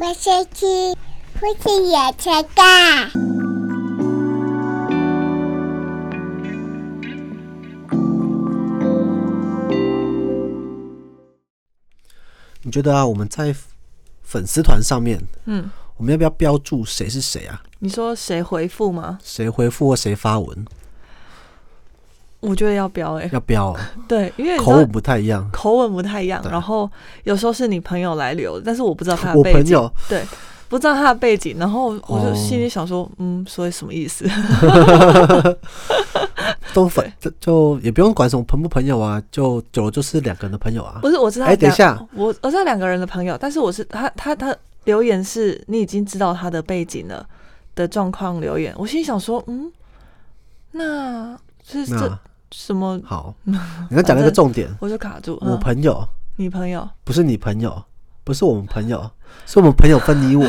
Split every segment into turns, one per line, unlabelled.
我先去，父亲也才干。
你觉得啊，我们在粉丝团上面，
嗯，
我们要不要标注谁是谁啊？
你说谁回复吗？
谁回复或谁发文？
我觉得要标哎、
要标、哦，
对，因为你知
口
道
吻不太一样。
口吻不太一样，
对
然后有时候是你朋友来留的，但是我不知道他的
我
背景，
朋友
对，不知道他的背景，然后我
哦
就心里想说，嗯，所以什么意思？
都粉，就就也不用管什么朋不朋友啊，就久了就是两个人的朋友啊
不。是，我知道
哎
两，
等一下
我我知道两个人的朋友，但是我是他他他留言是你已经知道他的背景了的状况留言，我心里想说，嗯，那这是这
那
什么？
好，你要讲那个
反正
重点，
我就卡住，
我
嗯，
朋友
你朋友，
不是你朋友，不是我们朋友，是我们朋友分你我。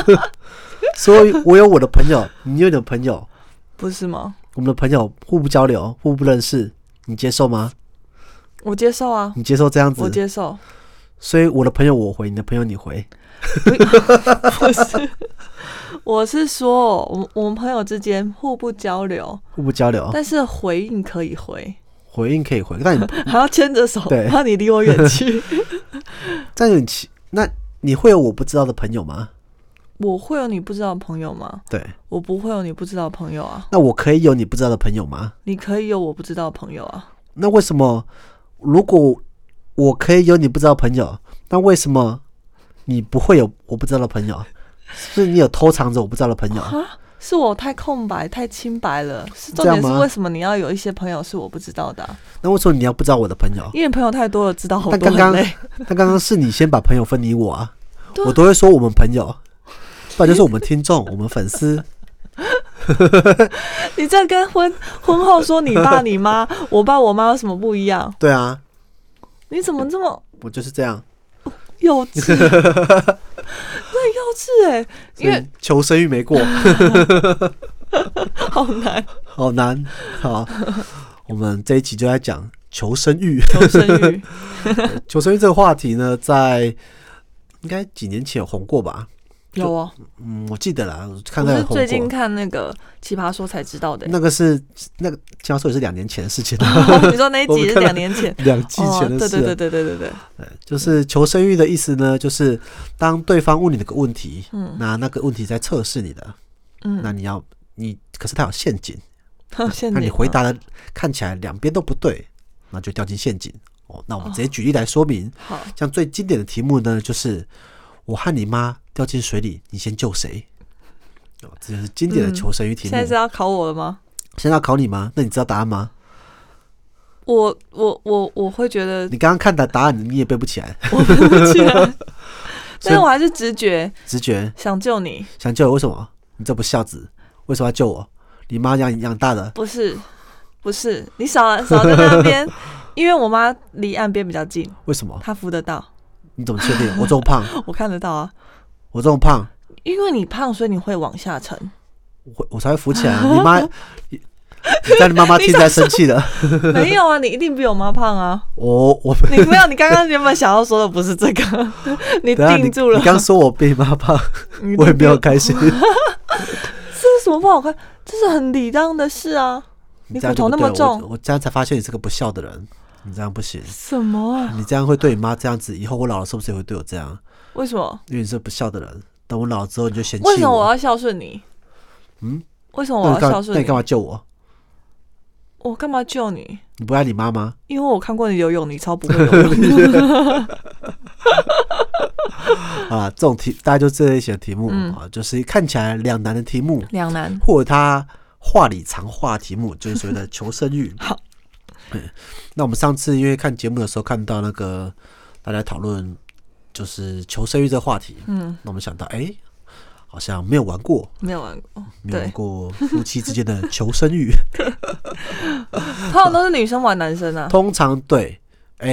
所以，我有我的朋友，你有你的朋友，
不是吗？
我们的朋友互不交流，互不认识，你接受吗？
我接受啊，
你接受这样子
我？接受，
所以我的朋友我回，你的朋友你回。
不 是，我是说，我们我们朋友之间互不交流，
互不交流，
但是回应可以回，
回应可以回，但你
还要牵着手，
对
怕你离我远去。
但有你奇，那你会有我不知道的朋友吗？
我会有你不知道的朋友吗？
对，
我不会有你不知道的朋友啊，
那我可以有你不知道的朋友吗？
你可以有我不知道的朋友啊。
那为什么如果我可以有你不知道的朋友，那为什么你不会有我不知道的朋友？是不是你有偷藏着我不知道的朋 友？
啊，是我太空白、太清白了。是重
这样
点是
吗
为什么你要有一些朋友是我不知道的啊、
那为什么你要不知道我的朋友？
因为朋友太多了，知道好
但
多
刚刚
很累。
但刚刚是你先把朋友分你我啊，
对啊
我都会说我们朋友，不然就是我们听众、我们粉丝。
你这跟婚婚后说你爸你妈、我爸我妈有什么不一样？
对啊，
你怎么这么
我就是这样。
幼 稚，对，幼稚哎、因
所
为
以求生欲没过，
好 难
好难。好，我们这一集就在讲求生欲。
求生欲，
求生欲这个话题呢，在应该几年前有红过吧？
有哦，
嗯，我记得啦，我看
我
到有
是
红
最近
过。
看那个《奇葩说》才知道的、
那个是那个教授也是两年前的事情了，，
你说那一集是两年前
两季
哦，
前
对
的
对
事了。
对对对对对，嗯
就是求生欲的意思呢，就是当对方问你那个问题，
嗯
那那个问题在测试你的，
嗯，
那你要你可是它有陷阱，
现
那
在
你回答的看起来两边都不对，那就掉进陷阱。哦，那我们直接举例来说明，
好，
像最经典的题目呢，就是我和你妈掉进水里，你先救谁？哦，这就是经典的
嗯
求生欲题
现
目。
在是要考我了吗？
现在要考你吗？那你知道答案吗？
我我我我会觉 得
你刚刚看的答案你也背不起来，
我对不起来，但
所以
是我还是直觉
直觉
想救你，
想救我，为什么？你这不孝子，为什么要救我？你妈养你养大的，
不是不是，你少少在 那边，因为我妈离岸边比较近，
为什么？
她扶得到，
你怎么确定？我这么胖，
我看得到啊。
我这么胖，
因为你胖，所以你会往下沉。
我会我才会浮起来 啊。你妈，你你在你妈妈听在生气了。
没有啊，你一定比我妈胖啊！
我我
你没有，你刚刚原本想要说的不是 这个，你
等一下你
定住了。
你刚说我比你妈胖，
你一定
我也没有
比
开心。
这是什么不好看？这是很理当的事啊！你
这样
骨
就不
头那
对
么
我
重，
我这样才发现你是个不孝的人。你这样不行，
什么啊？
你这样会对你妈这样子，以后我老了是不是也会对我这样？
为什么？
因为你是不孝的人，等我老了之后你就嫌弃
为什么我
我。
要孝顺你？
嗯，
为什么
那
我
你
要
干
孝顺
那你干嘛救我？
我干嘛救你？
你不爱你妈吗？
因为我看过你游泳，你超不会 游泳。
啊，这种题大家就这类型的题目、
嗯
啊，就是看起来两难的题目，
两难，
或者它话里藏话的题目，就是所谓的求生欲。
好
嗯，那我们上次因为看节目的时候看到那个大家讨论就是求生欲这个话题，
嗯，
那我们想到哎、诶好像没有玩过，
没有玩过。
没有玩
对
过夫妻之间的 求生欲，
通常都是女生玩男生啊。
通常对。哎，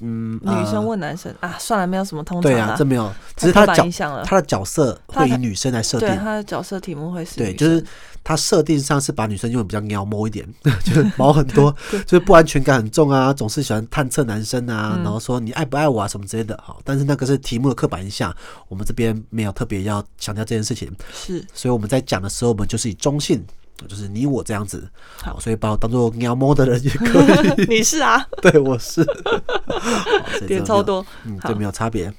嗯，
女
呃
生问男生啊，算了，没有什么通常
对啊，
啦
这没有，只是
刻
他
板
角
印象了
他的角色
他
会以
的
女生来设
对
定，
他的角色题目会是
对，
女
就是
生
他设定上是把女生用得比较妖猫一点， 就是毛很 多，就是不安全感很重啊，总是喜欢探测男生啊，
嗯
然后说你爱不爱我啊什么之类的。好，但是那个是题目的刻板印象，我们这边没有特别要强调这件事情，
是
所以我们在讲的时候，我们就是以中性。就是你我这样子，
好
所以把我当做妖猫的人也可以，
你是啊，
对我是，好所以这
点
没
超
有，
多。
嗯，
好
这没有差别。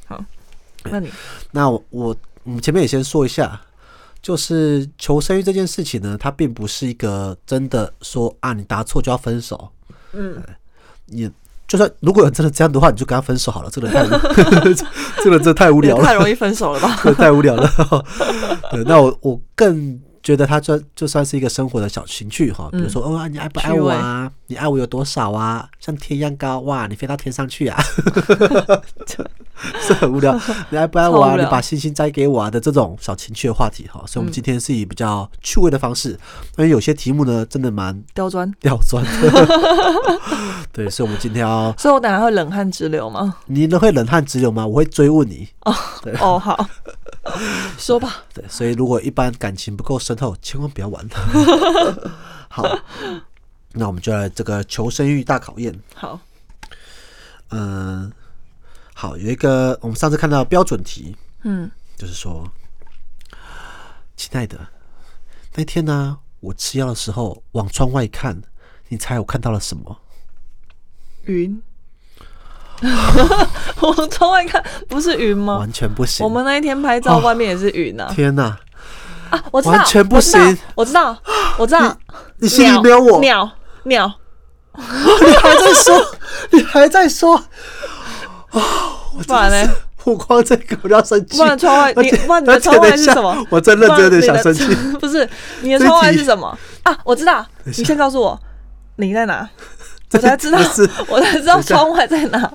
那你
那我我我们前面也先说一下，就是求生欲这件事情呢，它并不是一个真的说啊，你答错就要分手。
嗯，
你就算如果有人真的这样的话，你就跟他分手好了。这个人太无， 这个人真的 太无聊
嗯也太
了，
容易分手了 吧？
这个太无聊了。对，那我我更觉得它算就算是一个生活的小情趣哈，比
嗯
如说，哦，啊你爱不爱我啊？你爱我有多少啊？像天一样高哇，你飞到天上去 啊？ 是很无聊，你爱不爱我
超无
啊？你
聊嗯
把星星摘给我啊的这种小情趣的话题哈，所以我们今天是以比较趣味的方式，因为有些题目呢真的蛮
刁钻，
刁钻的， 对，所以我们今天要
所以我等下会冷汗直流吗？
你能会冷汗直流吗？我会追问你。
哦，好， 说吧。
对，所以如果一般感情不够深厚，千万不要 玩。好，那我们就来这个求生欲大考验。
好，
嗯、好，有一个我们上次看到的标准题，
嗯，
就是说，亲爱的，那天呢、我吃药的时候往窗外看，你猜我看到了什么？
云。 我窗外看不是云吗
完？全不行。
我们那一天拍照，
哦
外面也是云啊！
天哪、
啊，我知道，
完全不行
我知 道，我知道，我知道。
你心里没有我，
鸟鸟，鸟
你还在说， 你还在说，
不然呢？
我光这个我就要生气。
不然窗 外，
而
你
且
不然你的
而且
窗外
等一
是
下
什么？
我真认真有点想生气。
不然你的不是你的
这一
窗外
题
是什么啊？我知道，你先告诉我你在 哪，我才知道
不是，
我才知道窗外在哪。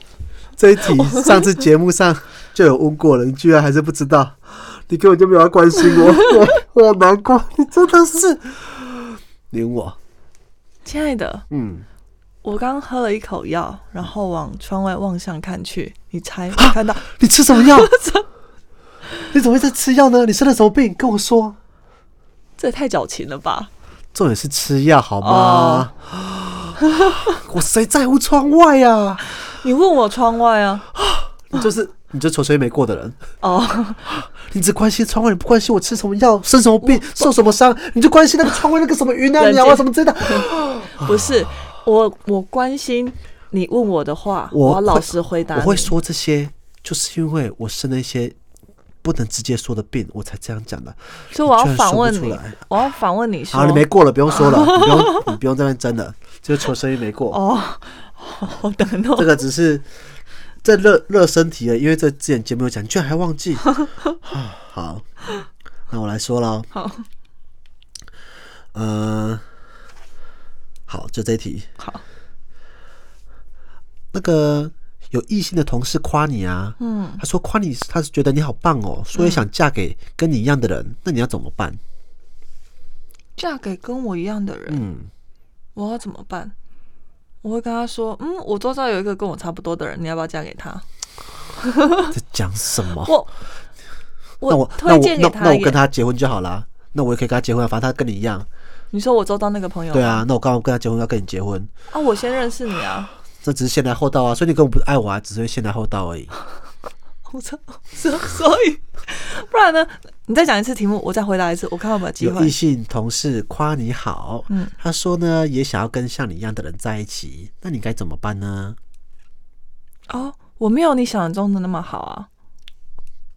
这 一题上次节目上就有问过了，你居然还是不知道，你根本就没有要关心我，我我好难过，你真的是连我，
亲爱的，
嗯，
我刚喝了一口药，然后往窗外望向看去，你猜
啊
我看到
你吃什么药？你怎么会在吃药呢？你生了什么病？跟我说。
这也太矫情了吧？
重点是吃药好吗？
哦
我谁在乎窗外呀、啊？
你问我窗外啊？
你就是你就纯粹没过的人，
哦，
你只关心窗外，你不关心我吃什么药、生什么病、受什么伤，你就关心那个窗外那个什么云啊、
冷静
鸟啊什么之类的。
不是，我我关心你问我的话，
我
我要老
会
实回答
我
你。
会说这些，就是因为我生了一些不能直接说的病，我才这样讲的。
所以我要
你居然
反问
说不出
你
来，
我要反问你说，
好，你没过了，不用说了，你不用， 你不用在那边争了，就是求生欲没过。
哦， 好难
这
哦，
个只是这热热身题了，因为这之前节目有讲，你居然还忘记。 啊好，那我来说了。
好
呃，好，就这一题。
好，
那个有异性的同事夸你啊，嗯，他说夸你，他是觉得你好棒哦，说也想嫁给跟你一样的人，那你要怎么办？
嫁给跟我一样的人，
嗯，
我要怎么办？我会跟他说，嗯，我周遭有一个跟我差不多的人，你要不要嫁给他？
嗯在讲什么？
我
哦那我那
推
我
荐
那
给他
那我
耶
跟他结婚就好啦。那我也可以跟他结婚啊，反正他跟你一样。
你说我周遭那个朋友，
对啊，那我刚好跟他结婚，要跟你结婚，
啊，我先认识你 啊，
这只是先来后到啊。所以你根本不是爱我啊，只是先来后到而已。
哦我操， 所所以不然呢？你再讲一次题目，我再回答一次，我看有没有机
有
会
异。性同事夸你好，
嗯
他说呢也想要跟像你一样的人在一起，那你该怎么办呢？
哦，我没有你想象中的那么好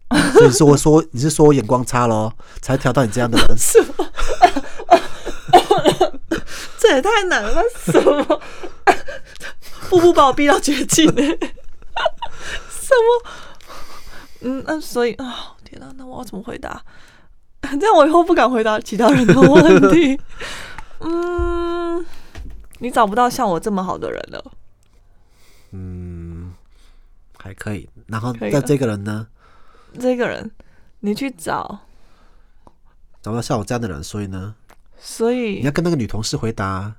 啊，
所以你说 我说你是说我眼光差咯，才挑到你这样的人，
这也太难了吧，什么？ 步步把我逼到绝境呢、什么？嗯，那所以啊，天哪、那我要怎么回答？这样我以后不敢回答其他人的问题。嗯，你找不到像我这么好的人了。
嗯，还可以。然后
可以啊
那
了
这个人呢，
这个人，你去找，
找不到像我这样的人，所以呢，
所
你
以
要跟那个女同事回答啊，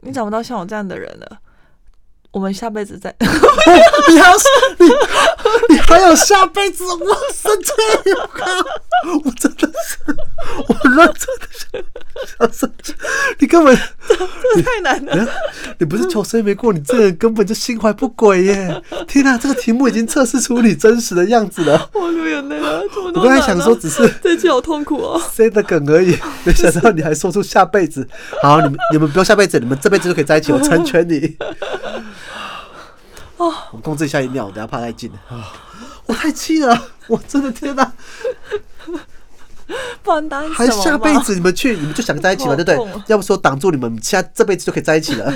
你找不到像我这样的人了。我们下辈子再
你还要你 你还有下辈子，我生气，我靠，我真的是，我认真的是想生气，你根本，
这太难了。
哎你不是求生没过，你这个人根本就心怀不轨耶！天哪、这个题目已经测试出你真实的样子了。
我流眼泪了，怎么那
我
么
刚才
难
想
啊
说只是
这句好痛苦 哦。
塞的梗而已，没想到你还说出下辈子。好，你们你们不用下辈子，你们这辈子就可以在一起，我成全你。
哦，
我控制一下音量，我等下怕太近了。啊，我太气了，我真的天哪、
不然答案是
还
什么
下辈
吗
子你们去，你们就想在一起嘛，
好
对不对
痛啊？
要不说挡住你们，现在这辈子就可以在一起 了。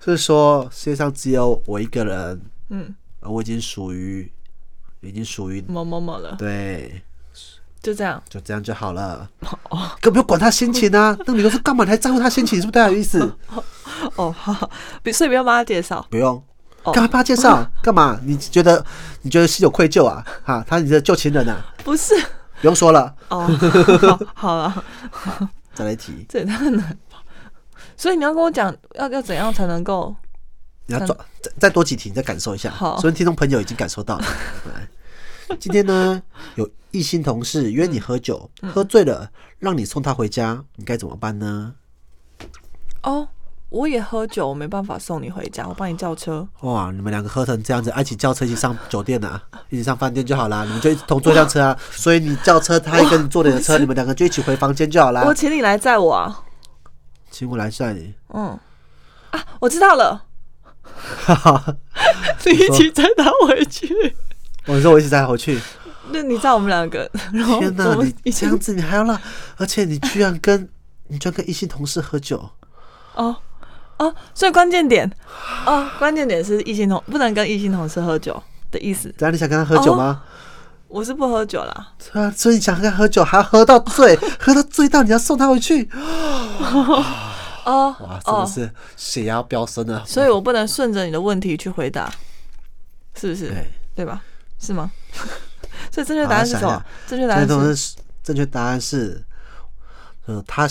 所以说，世界上只有我一个人，
嗯，
而我已经属于，已经属于，
某某某了，
对，
就这样。
就这样就好了，
哦
更不用管他心情 啊。那你都是干嘛？你还在乎他心情，是不是太有意思？
哦，好好，不所以不要帮他介绍。
不用。
哦
干嘛帮他介 绍？干嘛？你觉得你觉得是有愧疚啊？哈，他是你的旧情人啊，
不是
不用说了。
哦，好好了，
再来一题，
这也太难了。所以你要跟我讲，要要怎样才能够
你要抓再再多几题，你再感受一下。
好
所以听众朋友已经感受 到了。来今天呢，有异性同事约你喝酒，
嗯
喝醉了让你送他回家，你该怎么办呢？
哦？我也喝酒，我没办法送你回家，我帮你叫车。
哇，你们两个喝成这样子，一起叫车一起上酒店啊，一起上饭店就好啦，你们就一起同坐一辆车啊。所以你叫车，他也跟你坐你的车，你们两个就一起回房间就好啦
我。请你来载我啊。
请我来载你，
嗯啊，我知道了， 你一起载他回去。
我说我一起载回去。
那你知道我们两个，然后
天
我
哪，
们
你
已
这
经
样子你还要让，而且你居然跟你居然跟异性同事喝酒，
哦哦，所以关键点哦，关键点是异性同不能跟异性同事喝酒的意思。
然后你想跟他喝酒吗？
我是不喝酒啦，
对啊，所以你想跟他喝酒，还要喝到醉，喝到醉到你要送他回去，
哦
哇，真的
哦，
是血压飙升啊了。
所以我不能顺着你的问题去回答，是不是？
对，
对吧？是吗？ 所以正确
好
答案是
想
什么
想？
正确答
正确
案
答
啊是
案是正确答案是，呃，他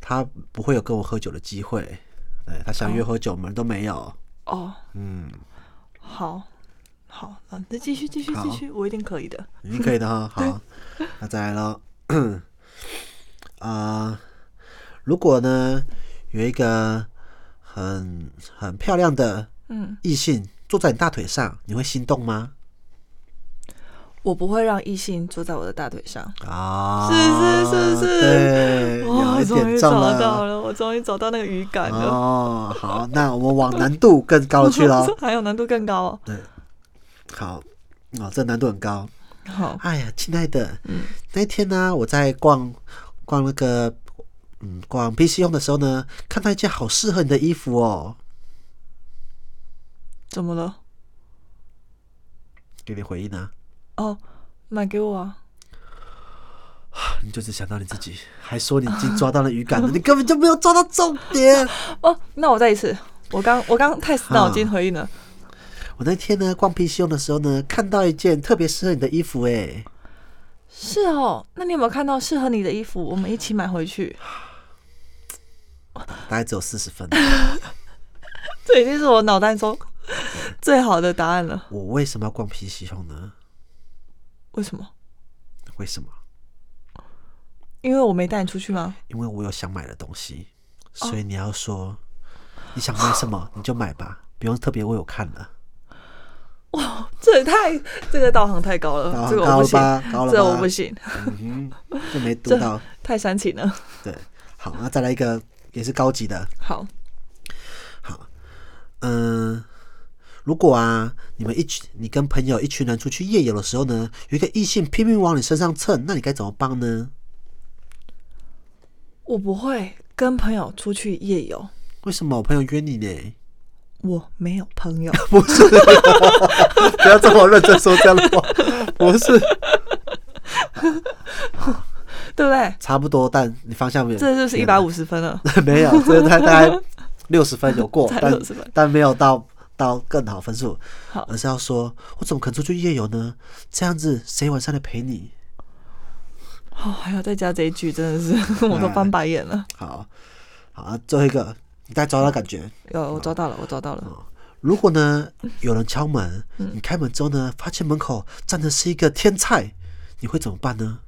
他不会有跟我喝酒的机会，对他想约喝酒，我们都没有。
哦，
嗯，
好，好，那那继续继续
好
继续，我一定可以的。
你可以的 哈。好，那再来 喽。啊、如果呢有一个很很漂亮的
嗯，
异性坐在你大腿上，你会心动吗？
我不会让异性坐在我的大腿上。
啊，
是是是是
对，
哇
哎有一
我哦终
点
于
中
找到
了。
了，我终于找到那个语感了。
哦，好，那我们往难度更高的去
这
喽。
还有难度更高哦。
好，哦，这难度很高。
好，
哎呀，亲爱的，
嗯
那一天呢，我在逛逛那个嗯逛 PC 用的时候呢，看到一件好适合你的衣服哦，
怎么了？
给你回应啊，
哦，买给我啊！
你就只想到你自己，还说你已经抓到了语感了，你根本就没有抓到重点。
哦，那我再一次，我刚我刚太死脑筋回应了。
我那天呢逛 PC 用的时候呢，看到一件特别适合你的衣服，哎，
是哦，那你有没有看到适合你的衣服？我们一起买回 去。
大概只有四十分。
这已经是我脑袋中 最好的答案了。
我为什么要逛 PC 用呢？
为什么？
为什么？
因为我没带你出去吗？
因为我有想买的东西，所以你要说你想买什 么你就买吧，不用特别为我看了。
这也太这个道行太高了，
道行
这个
高
我
了
不行
吧高，了
这个
吧
我不行，
嗯哼，就没读
这
到。
太煽情了。
对，好，那再来一个也是高级的，
好，
嗯、如果啊，你们一群，你跟朋友一群人出去夜游的时候呢，有一个异性拼命往你身上蹭，那你该怎么办呢？
我不会跟朋友出去夜游，
为什么我朋友约你呢？
我没有朋 友。
不是， 不要这么认真说这样的 话，不是，
对不对？
差不多，但你方向没有，
这就是一百五十分了。
没有，这个大概六十分有过
才，
但
60分
但没有到到更好分数，
好
而是要说，我怎么可能出去夜游呢？这样子谁晚上来陪你？
哦，还要再加这一句，真的是我都翻白眼了。
好，好，最后一个，你大概找到感觉。
有我抓到了，我抓到
嗯
了，
如果呢有人敲门，
嗯
你开门之后呢，发现门口站的是一个天菜，你会怎么办呢？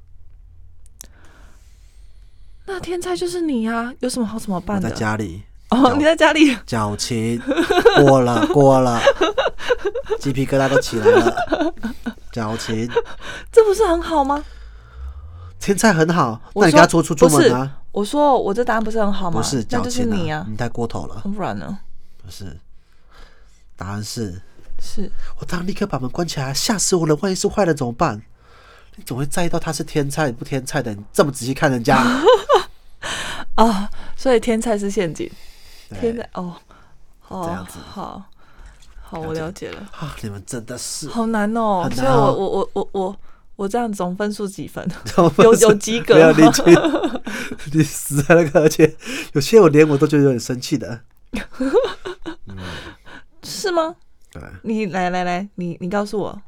那天才就是你啊，有什么好怎么
我
办
在
的？
家里
哦，你在家里，
矫情， 过了过了，鸡皮疙瘩都起来 了，矫情。
这不是很好吗？
天菜很好，
我
那你给
说
他出出出
不是
门啊？
我说我这答案不是很好吗？
不是
哦那
矫
就是
情
你
啊
啊，
你太过头了，
不然呢？
不是。答案是
是
我当然立刻把门关起来，吓死我了！万一是坏人怎么办？你总会在意到他是天菜不天菜的，你这么仔细看人 家，
啊，所以天才是陷阱，
对
天才哦，哦，
哎这样子
好，好，我了解了，
啊，你们真的是
好难哦，
很
所
难
以
哦
我我我我我我这样总分数几分？
有
有有及格
没有
吗？
你去，你死在那个，而且有些我连我都觉得有点生气的。
是吗？
对，
你来来来，你你告诉我，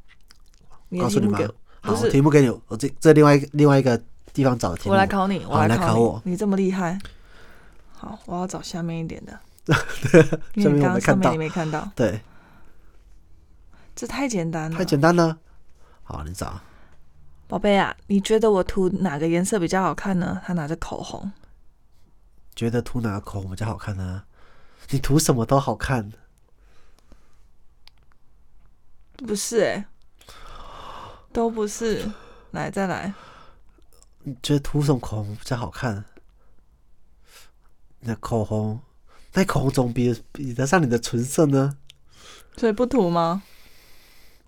你的
告
题
诉你
目
吗
给我？，
好，
不
我
是
题目给你，我这这另外一另外一个地方找的题目，
我来考你，
好
我
来
考
考我。
你，你这么厉害，好，我要找下面一点的，因
下面我
为你刚
没
刚上
看
面
到
你，没看到，
对，
这太简单了，
太简单了。好，你找，
宝贝啊，你觉得我涂哪个颜色比较好看呢？他拿着口红，
觉得涂哪个口红比较好看呢？你涂什么都好看，
不是哎、都不是。来，再来，
你觉得涂什么口红比较好看？你的口红，那口红怎么比比得上你的唇色呢？
所以不涂吗？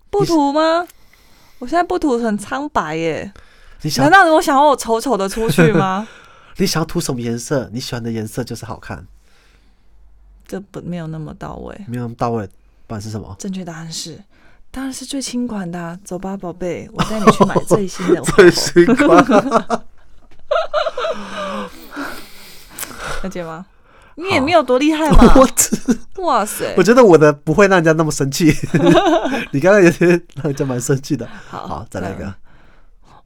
不涂吗？我现在不涂很苍白耶、
你想
难道我想要我丑丑的出去吗？
你想要涂什么颜色，你喜欢的颜色就是好看。
这不没有那么到位。
没有那么到位，不然是什么？
正确答案是，当然是最轻款的啊、走吧，宝贝，我带你去买最新的口
最新
红，
款。
了解吗？你也没有多厉害嘛！
我只
哇 塞
我，觉得我的不会让人家那么生气， 你刚刚有些让人家蛮生气的。
好
好，再来一个。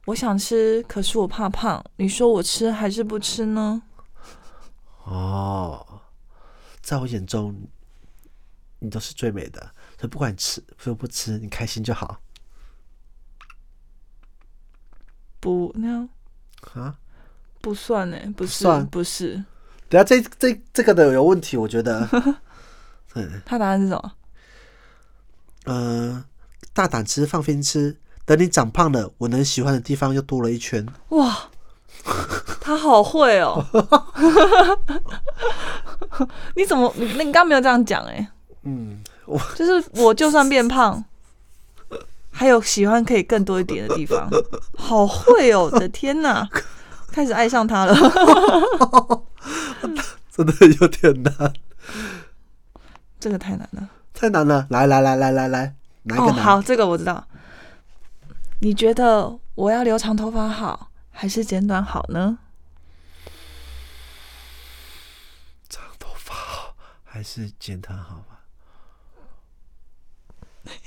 我想吃，可是我怕胖，你说我吃还是不吃呢？
哦，在我眼中，你都是最美的，所以不管你吃不不吃，你开心就好
不，那样
啊。
不算呢、不是，
算
不是。
等啊下这这这个的有问题，我觉得， 嗯
他答案是什么？
嗯、呃大胆吃，放飞吃。等你长胖了，我能喜欢的地方又多了一圈。
哇，他好会哦！ 你怎么？你你刚没有这样讲哎、
嗯，
就是我就算变胖，还有喜欢可以更多一点的地 方，好会哦！我的天哪，开始爱上他了。
真的有点难，
这个太难了。
太难了。来来来来来来，哪一
哦，
个难？
好，这个我知道。你觉得我要留长头发好，还是剪短好呢？
长头发好还是剪短好吧？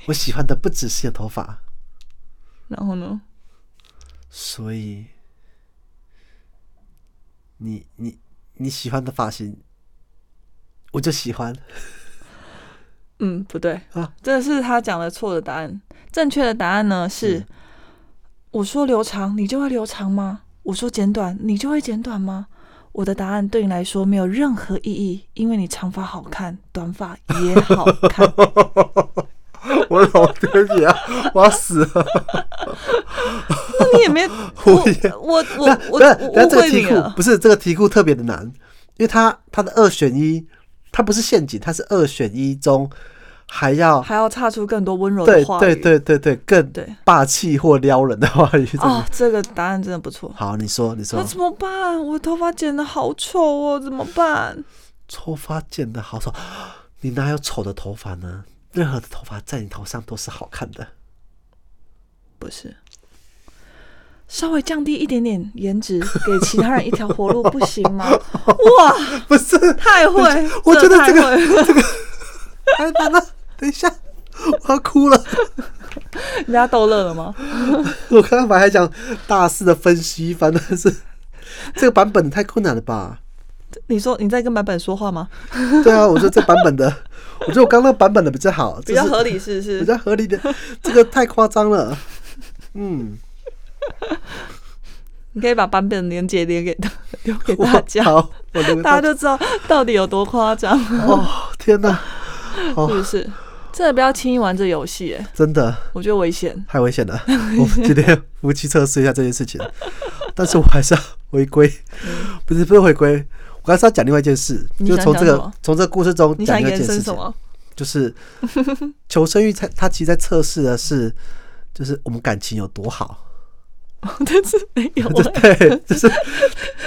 我喜欢的不只是你的头发，
然后呢？
所以你你你喜欢的发型，我就喜欢。
嗯，不对
啊，
这是他讲的错的答案。正确的答案呢是，我说留长，你就会留长吗？我说剪短，你就会剪短吗？我的答案对你来说没有任何意义，因为你长发好看，短发也好看。
我老天爷啊，我要死了！
那你也没，我我我我
但
我
但这
误
个
会
题
你
库
了。
不是这个题库特别的难，因为它它的二选一，它不是陷阱，它是二选一中还要
还要擦出更多温柔
对
的话语。
对对对对更
对
霸气或撩人的话语怎么
哦，这个答案真的不错。
好，你说，你说
那，怎么办？我头发剪的好丑哦，怎么办？
头发剪的好丑，你哪有丑的头发呢？任何的头发在你头上都是好看的。
不是，稍微降低一点点颜值，给其他人一条活路，不行 吗？哇，
不是，
太会！
我觉得这个
太会
哎，等等，等一下，我要哭了。
人家逗乐了吗？
我刚刚本来 还想大肆的分析一番，但是这个版本太困难了吧？
你说你在跟版本说话吗？
对啊，我觉得这版本的， 我觉得我刚刚那版本的比较好，
比较
这是
合理是不
比
是？
较合理的，这个太夸张了。 嗯，
你可以把版本连接连给 大留给
我
大家，
好，我留给
大
大
家就知道到底有多夸张，是
哦，天哪，
不
哦，
是？真的不要轻易玩这游戏，哎
真的
我觉得危险。
太危险 了。我们今天夫妻测试一下这件事情，但是我还是要回归，不是不是回归，我刚才要讲另外一件事，
嗯你
就是
想
从这
讲什
个
么
从这个故事中
你
讲
想
另外一
延
件事
伸什
情，
么？
就是求生欲，它它其实在测试的是，就是我们感情有多好。
但是没 有，
对对，就是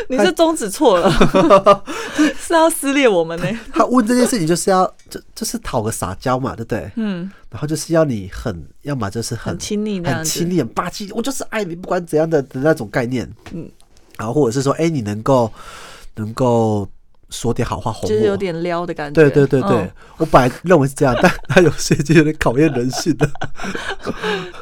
你这宗旨错 了， 是要撕裂我们呢。
他问这件事情就是要就就是讨个撒娇嘛，对不对？
嗯，
然后就是要你很，要么就是很
很亲密那
很
样
亲
子，
密、很霸气，我就是爱你，不管怎样的的那种概念。
嗯，
然后或者是说，哎、你能够能够说点好话哄我，
就是有点撩的感觉。
对对对对，
嗯
我本来认为是这样，但 他有些就有点考验人性的。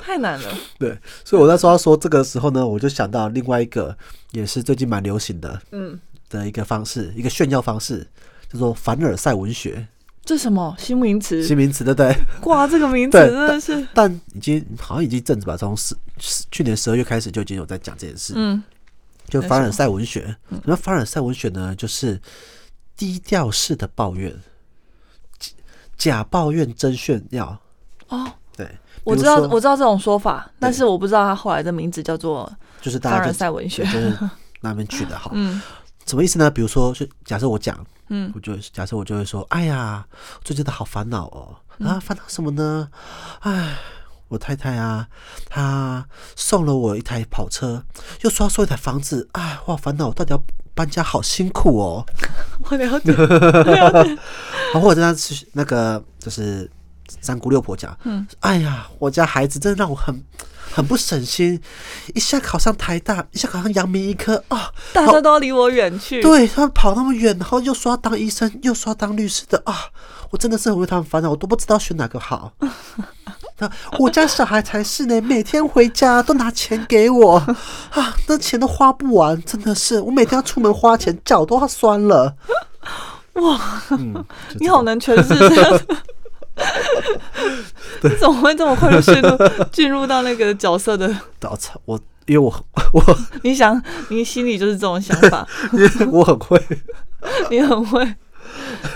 太难了。
对，所以我那时候要说这个时候呢，我就想到另外一个也是最近蛮流行的
嗯，
的一个方式，一个炫耀方式，叫做凡尔赛文学，
这什么新名词
新？名词，对不对？
哇，这个名词
对
真的是，
但已经好像已经一阵子吧，从十十去年十二月开始就已经有在讲这件事，
嗯，
就凡尔赛文学。那凡尔赛文学呢，就是低调式的抱怨，假假抱怨真炫耀。
哦，
对，
我
比
知
如
道
说
我知道这种说法，但是我不知道它后来的名字叫做
就是大
凡
家
尔
就
赛文学
对。就是那边取的好。
嗯
什么意思呢？比如说，就假设我讲，
嗯，
我就假设我就会说，哎呀，最近的好烦恼哦，啊，烦恼什么呢？哎，我太太啊，她送了我一台跑车，又说要送一台房子，哎，哇，烦恼，我到底要搬家好辛苦哦。
我了 解。
然后或者那是那个就是三姑六婆讲，嗯，哎呀，我家孩子真的让我很很不省心，一下考上台大，一下考上阳明医科啊，
大家都要离我远去。
对他们跑那么远，然后又说要当医生，又说要当律师的啊，我真的是很为他们烦恼，我都不知道选哪个 好。那我家小孩才是呢，每天回家都拿钱给我啊，那钱都花不完，真的是我每天要出门花钱，脚都要酸了。哇，嗯、就
你
这
好
个
难诠释这样 子。你怎么会这么快就进入进入到那个角色的？
我操，我因为我 我
你想，你心里就是这种想 法，
因为我很会，
你很会，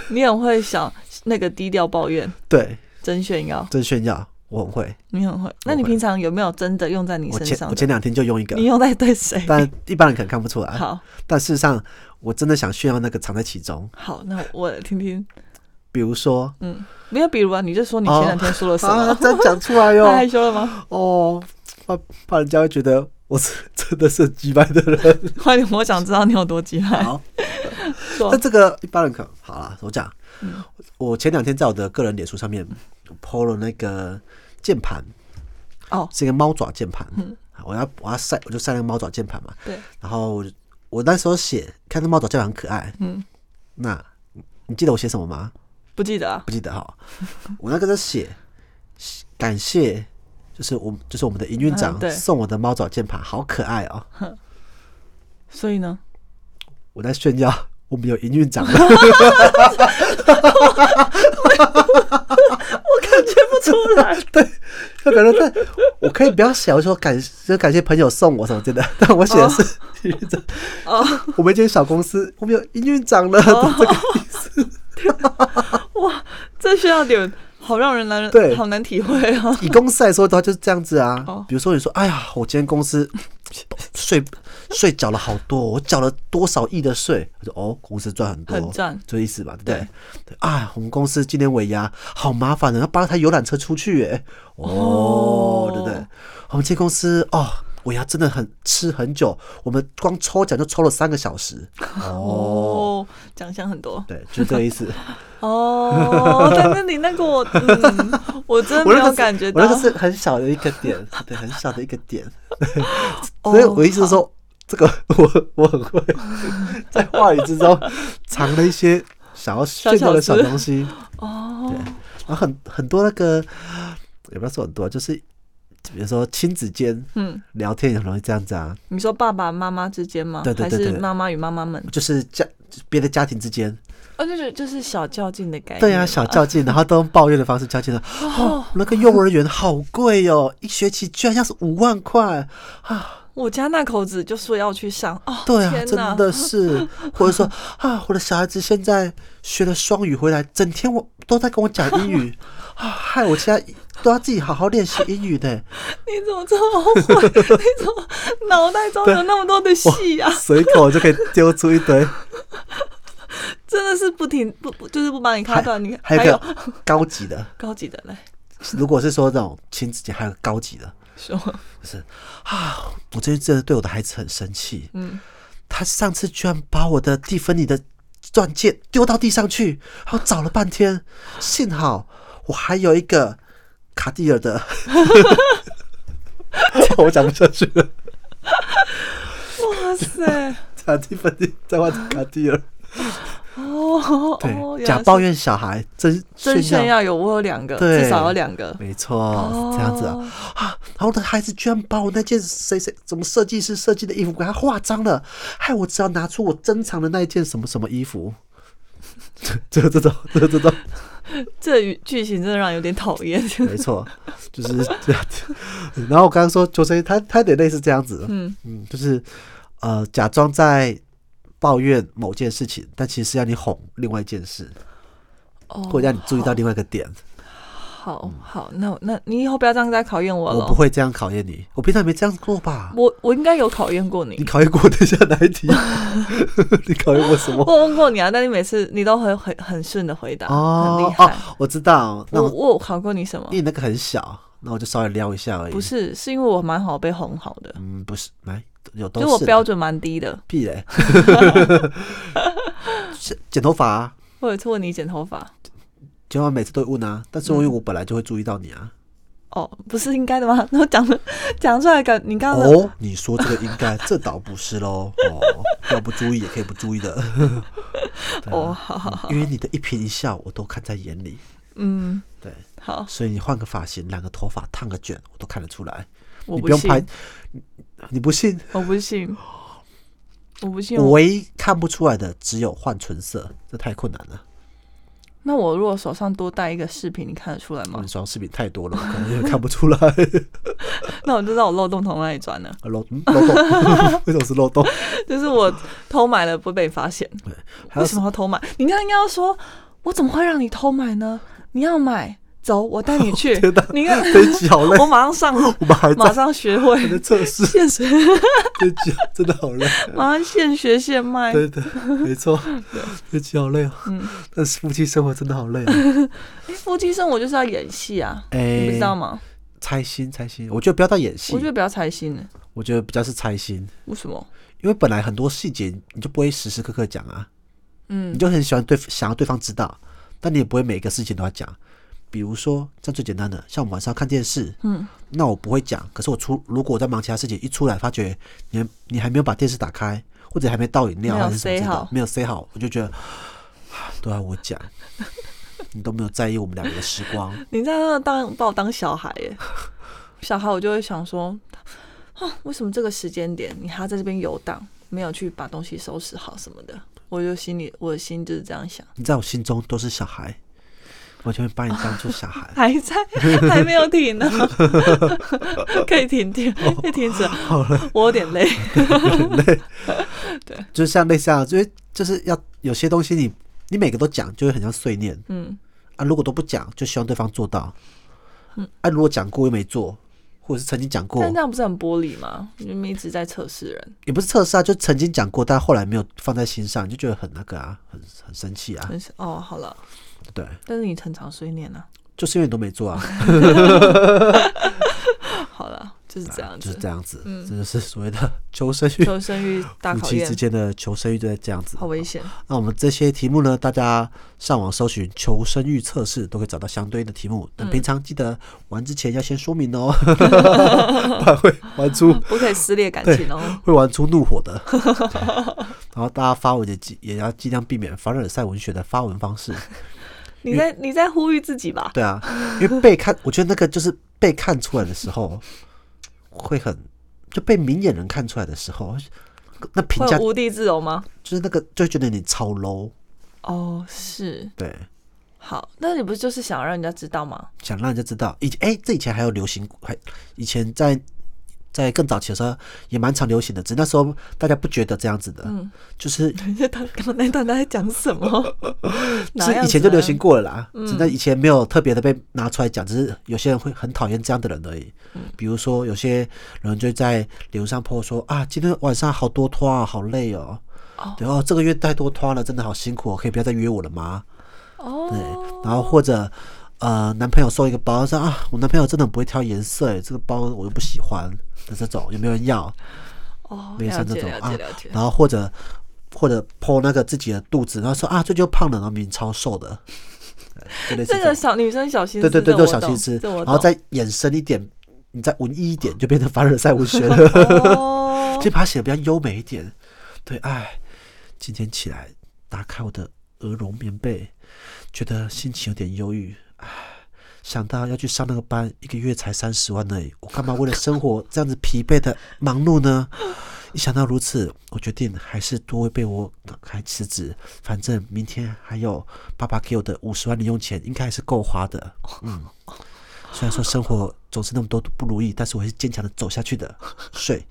你很会想那个低调抱怨、
对，
真炫耀，
真炫耀，我很会。
你很会。那你平常有没有真的用在你
我
身
前
上
我
的？
前两天就用一个
你，用在对谁？
但一般人可能看不出来。
好
但事实上，我真的想炫耀那个藏在其中。
好，那我听听。
比如说，
嗯，没有，比如啊，你就说你前两天说了什么
哦 啊，？这样讲出来
太
哟、
害羞了 吗？
哦，怕怕人家会觉得我是 真的是击败的人。
快点，我想知道你有多厉害。
好，
说
那这个一般人可好啦，我讲，
嗯
我前两天在我的个人脸书上面 PO 了那个键盘，
哦，
是一个猫爪键盘，我要我要晒，我就晒那个猫爪键盘嘛。
嗯对，
然后我就我那时候写，看那猫爪键盘很可爱，
嗯，
那你记得我写什么吗？
不记得啊。
不记得哈。我那个在写感谢，就是我就是我们的营运长
嗯对
送我的猫爪键盘，好可爱哦、
所以呢，
我在炫 耀我们有营运长了，
感觉不 出来。
就感觉但我可以不要写，我说感就感谢朋友送我什么之类的，但我写的是营运长。
哦，
我们一间小公司，我们有营运长了，这个
哇，这需要点好让人难，
对
好难体会啊。
以公司来说的话就是这样子啊
哦。
比如说你说，哎呀，我今天公司 税税缴了好多，我缴了多少亿的税？我说哦，公司赚很多，
很赚
这意思吧，对不对？对啊，我们公司今年尾牙好麻烦的，啊要扒一台游览车出去，哎，哦，
哦
对不对？我们这公司哦。尾牙真的很吃很久，我们光抽奖就抽了三个小时。 哦，
哦，奖项很多
对，就是这个意思。
哦，但是你那个我，嗯，我真的
我
没
那
有
个
感觉
是
到。
我那个是很小的一个点，对，很小的一个点。
哦
所以我意思是说，这个 我我很会在话语之中藏了一些想要炫耀的小东西，
哦，
然后很很多那个也不要说很多，就是比如说亲子间
嗯，
聊天也很容易这样子啊，
你说爸爸妈妈之间吗？
对对对
还
对
是妈妈与妈妈们？
就是家别的家庭之间，
哦，就是就是小较劲的感觉。
对啊，小较劲，然后都用抱怨的方式较劲的。哦，那个幼儿园好贵哦，一学期居然要是五万块，
我家那口子就说要去上哦，
对啊，
天
真
哪
的 是，或者说啊，我的小孩子现在学了双语回来，整天我都在跟我讲英 语啊，害我现在都要自己好好练习英语 的。
你怎么这么 会？你怎么脑袋中有那么多的戏啊？
随口就可以丢出一堆，
真的是不停不不就是不帮你卡
还
断你，
还有
还
一
有
个高级的，
高级的嘞，
如果是说这种亲子间，还有个高级的，
说
啊，我最近真的对我的孩子很生气，
嗯，
他上次居然把我的蒂芬妮的钻戒丢到地上去，然后找了半天，幸好我还有一个卡地尔的，我讲不下去了，
哇塞，
讲蒂芬妮，再换成卡地尔，
哦
对
哦，，原来
假
是
抱怨小孩，真
真炫
耀。
耀有我有两个，
对
至少有两个，
没错，是这样子啊
哦
啊！然后我的孩子居然把我那件谁谁怎么设计师设计的衣服给他画脏了，害我只要拿出我珍藏的那一件什么什么衣服，就就这种，就这种，
这语剧情真的让人有点讨厌。
没错，就是这样子。然后我刚刚说求生，他他有点类似这样子，
嗯，
嗯，就是呃，假装在抱怨某件事情，但其实是要你哄另外一件事，
哦，
或者让你注意到另外一个点。
好好，那我那你以后不要这样再考验我了。
我不会这样考验你，我平常也没这样过吧？
我我应该有考验过
你
你，
考验过我等一下哪一题？ 你考验我什么？
我问过你啊，但你每次你都很很很顺的回答，很
哦
厉
哦
害。，
我知道，那
我
我
我有考过你什么
因？为那个很小，那我就稍微撩一下而已。
不，是，是因为我蛮好被哄好的，
嗯，不是，来有都
就是我
啦
标准蛮低的。
屁 嘞，是剪头发、啊，
我有一次问你剪头发，
剪完每次都会问啊，但是因为我本来就会注意到你啊。
哦，不是应该的吗？然 后讲的讲出来感，你刚刚的
哦，你说这个应该，这倒不是喽。哦， 要不注意也可以不注意的， 啊
哦，好好好，
因为你的一颦一笑我都看在眼里。
嗯，
对，
好，
所以你换个发型，染个头发，烫个卷，我都看得出来。
我
你
不
不用
信，
拍，你不信？
我不信，我不信
我
我。
唯一看不出来的只有换唇色，这太困难
哦
了。
那我如果手上多带一个饰品，你看得出来吗
你？双饰品太多了，我可能也看不出来。
那我就知道我漏洞从哪里钻了，
漏嗯漏洞， 为什么是漏洞？
就是我偷买了不会被发现。
还
为
有。
什么要偷买？你那应该要说，我怎么会让你偷买呢？你要买，走，我带你 去
天哪
你看，
这一集好累
我，马 上上，
我们还
马
在
上学会
还在测试，
现学，
这一集真的 好累。
马上现学现卖。
对的，没错，这一集好累哦。
嗯
但是夫妻生活真的好累哦。
哎，夫妻生活就是要演戏啊，你不
哎
知道吗？
猜心猜心，我觉得不要到演戏
我觉，得不要猜心了，
我觉得比较是猜心，
为什么？
因为本来很多细节你就不会时时刻刻讲啊。
嗯
你，就很喜欢对想要对方知道，但你也不会每一个事情都要讲。比如说，像最简单的，像我们晚上要看电视，
嗯，
那我不会讲。可是我出如果我在忙其他事情，一出来发觉你还你还没有把电视打开，或者还没倒饮料
没有
还是什么之类
say
的
好，
没有 say 好，我就觉得啊都要我讲，你都没有在意我们两个的时光。
你在那当把我当小孩耶，小孩我就会想说，啊，为什么这个时间点你还要在这边游荡，没有去把东西收拾好什么的？我就心里我的心就是这样想，。
你在我心中都是小孩，完全会把你当做小孩
还在还没有停呢，可以停停，
哦
可以停止了，我有 点累，
就是像类似啊，因为就是要有些东西你你每个都讲，就会很像碎念。
嗯，
啊，如果都不讲，就希望对方做到。嗯，啊，如果讲过又没做，或者是曾经讲过
但这，样不是很玻璃吗？你们一直在测试人，
也不是测试啊，就曾经讲过，但后来没有放在心上，你就觉得很那个啊，很很生气啊，
很是哦，好了，
对，
但是你很常碎念啊，
就是因为你都没做啊，
好了，就是 这样
就是
子，
这样子，这就是所谓的求生欲，
求生欲大
夫
考
妻之
验，
间的求生欲就在这样子
好。危险，
那我们这些题目呢，大家上网搜寻求生欲测试，都可以找到相对应的题目。但
嗯
平常记得玩之前要先说明 哦， 不然会玩出
不可以撕裂感情哦。
会玩出怒火的。 对然后大家发文也尽也要尽量避免凡尔赛文学的发文方式，
你在你在呼吁自己吧？
对啊，因为被看，我觉得那个就是被看出来的时候，会很就被明眼人看出来的时候，那评
会
价
有无地自容吗？
就是那个就会觉得你超 low，
哦，是
对，
好，那你不就是想让人家知道吗？
想让人家知道。以前哎、这以前还有流行，还以前在在更早期的时候也蛮常流行的，只是那时候大家不觉得这样子的，就是
等一下，他刚刚那段他在讲什么？
是
哪样
以
子
前就
呢嗯
流行过了啦，只那以前没有特别的被拿出来讲，只是有些人会很讨厌这样的人而已。
嗯
比如说有些人就在脸上泼说啊，今天晚上好多拖啊，好累哦。对哦，这个月太多拖了，真的好辛苦、哦，可以不要再约我了吗？对
哦，，
然后或者呃，男朋友送一个包，说啊，我男朋友真的很不会挑颜色耶，这个包我又不喜欢的这种，有没有人要？
哦，
类
了
似这
解
种
了
啊
解了解，。
然后或者或者剖那个自己的肚子，然后说啊，最近又胖了，然后明明超瘦的， 对就类似
这
这
个
种。
小女生小心思，
对对对，
这
就
我
小
懂
心思，
这我
然后
懂
再衍生一点，你再文艺一点，就变成凡尔赛文学 了，
哦
就把它写的比较优美一点。对，哎，今天起来打开我的鹅绒棉被，觉得心情有点忧郁，哎，想到要去上那个班，一个月才三十万而已，我干嘛为了生活这样子疲惫的忙碌呢？一想到如此，我决定还是多被我赶快辞职，反正明天还有爸爸给我的五十万零用钱，应该还是够花的。嗯 虽然说生活总是那么多不如意，但是我还是坚强的走下去的。睡，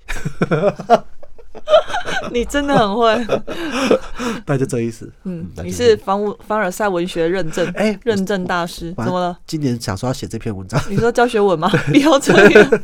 你真 的很会，
大概就这意思。
嗯，
大概
你
就是
凡物凡尔赛文学认证，
哎我
认证大师，
我
怎么了？
今年想说要写这篇文章，
你说教学文吗？不要这样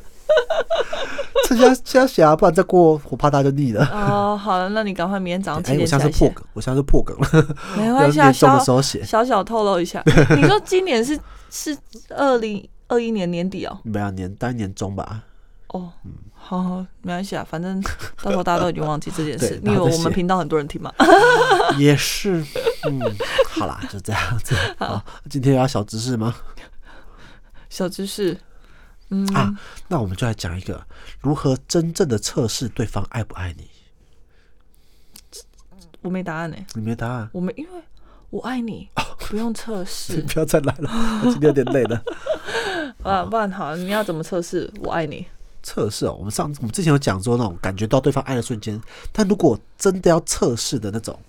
这要这要写啊，不然再过我怕大家就腻了。
哦。好了，那你赶快明天早上七
哎，我
点起
像是
来
破
写，
梗，我像是破梗了。
没
要
关系啊，
年终
小
的时候写，
小小透露 一下，你说今年是是二零二一年年底哦。
没有年当然年终吧？
哦，
嗯
好好，没关系啊，反正到时候大家都已经忘记这件
对。
事你以为
然后再
我们
写
频道很多人听吗？
也是，嗯，好啦，就这样子。好，今天有要小知识吗？
小知识，
啊，那我们就来讲一个如何真正的测试对方爱不爱你。
我没答案呢、欸
你没答案，
我们因为我爱你，
哦
不用测试
不要再来了，我今天有点累了。
啊，
哦
不然好，你要怎么测试我爱你？
测试哦，我们上我们之前有讲说那种感觉到对方爱的瞬间，但如果真的要测试的那种，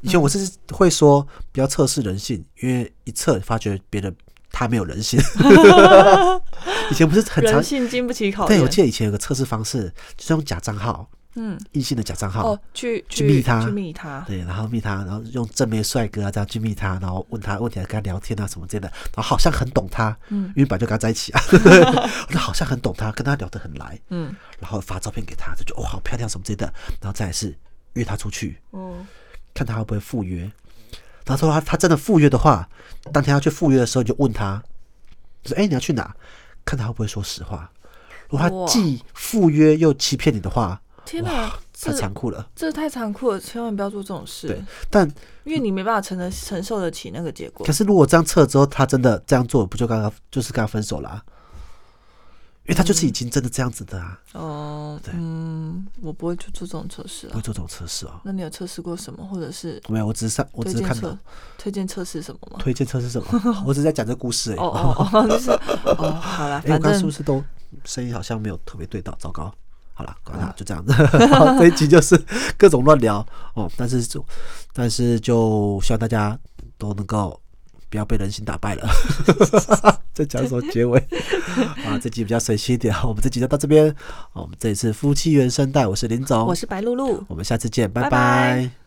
以前我是会说不要测试人性，因为一测发觉别人他没有人性。以前不是很 常
人性经不起考
对，我
验。
记得以前有个测试方式，就是用假账号，嗯，异性的假账号，
哦，去
去密他
去密他，
对，然后密他，然后用正面帅哥啊这样去密他，然后问他问题，跟他聊天啊什么之类的，然后好像很懂他，嗯，因为本来就跟他在一起啊，我就好像很懂他，跟他聊得很来，嗯，然后发照片给他，就觉得哦好漂亮什么之类的，然后再来是约他出去，
哦，
看他会不会赴约，然后说他他真的赴约的话，当天要去赴约的时候，你就问他，就说哎、你要去哪？看他会不会说实话。如果他
哇
既赴约又欺骗你的话，
天哪，
太
这
残酷了。
这太残酷了，千万不要做这种事
对，，但
因为你没办法承得承受得起那个结果
可。是如果这样测了之后，他真的这样做，不就跟他就是跟他分手啦、啊因为他就是已经真的这样子的啊，
哦，
对
嗯，我不会去做这种测试
不会
啊。
做这种测试哦。
那你有测试过什么，或者是
没有，我只是上，我
推
只是
荐
看
测
到
推荐测试什么吗？
推荐测试什么，我只是在讲这故事而已。
哦哦哦，就是哦，好啦，
哎、我
反
刚刚是
正
不是都声音好像没有特别对到？糟糕，好了，
啊
管他，就这样子。 好这一集就是各种乱聊哦，但是就但是就希望大家都能够不要被人性打败了。 在讲什么结尾？啊，这集比较随性一点， 我们这集就到这边。哦我们这里是夫妻原声带，我是林总，
我是白露露。
我们下次见，
拜
拜
拜
拜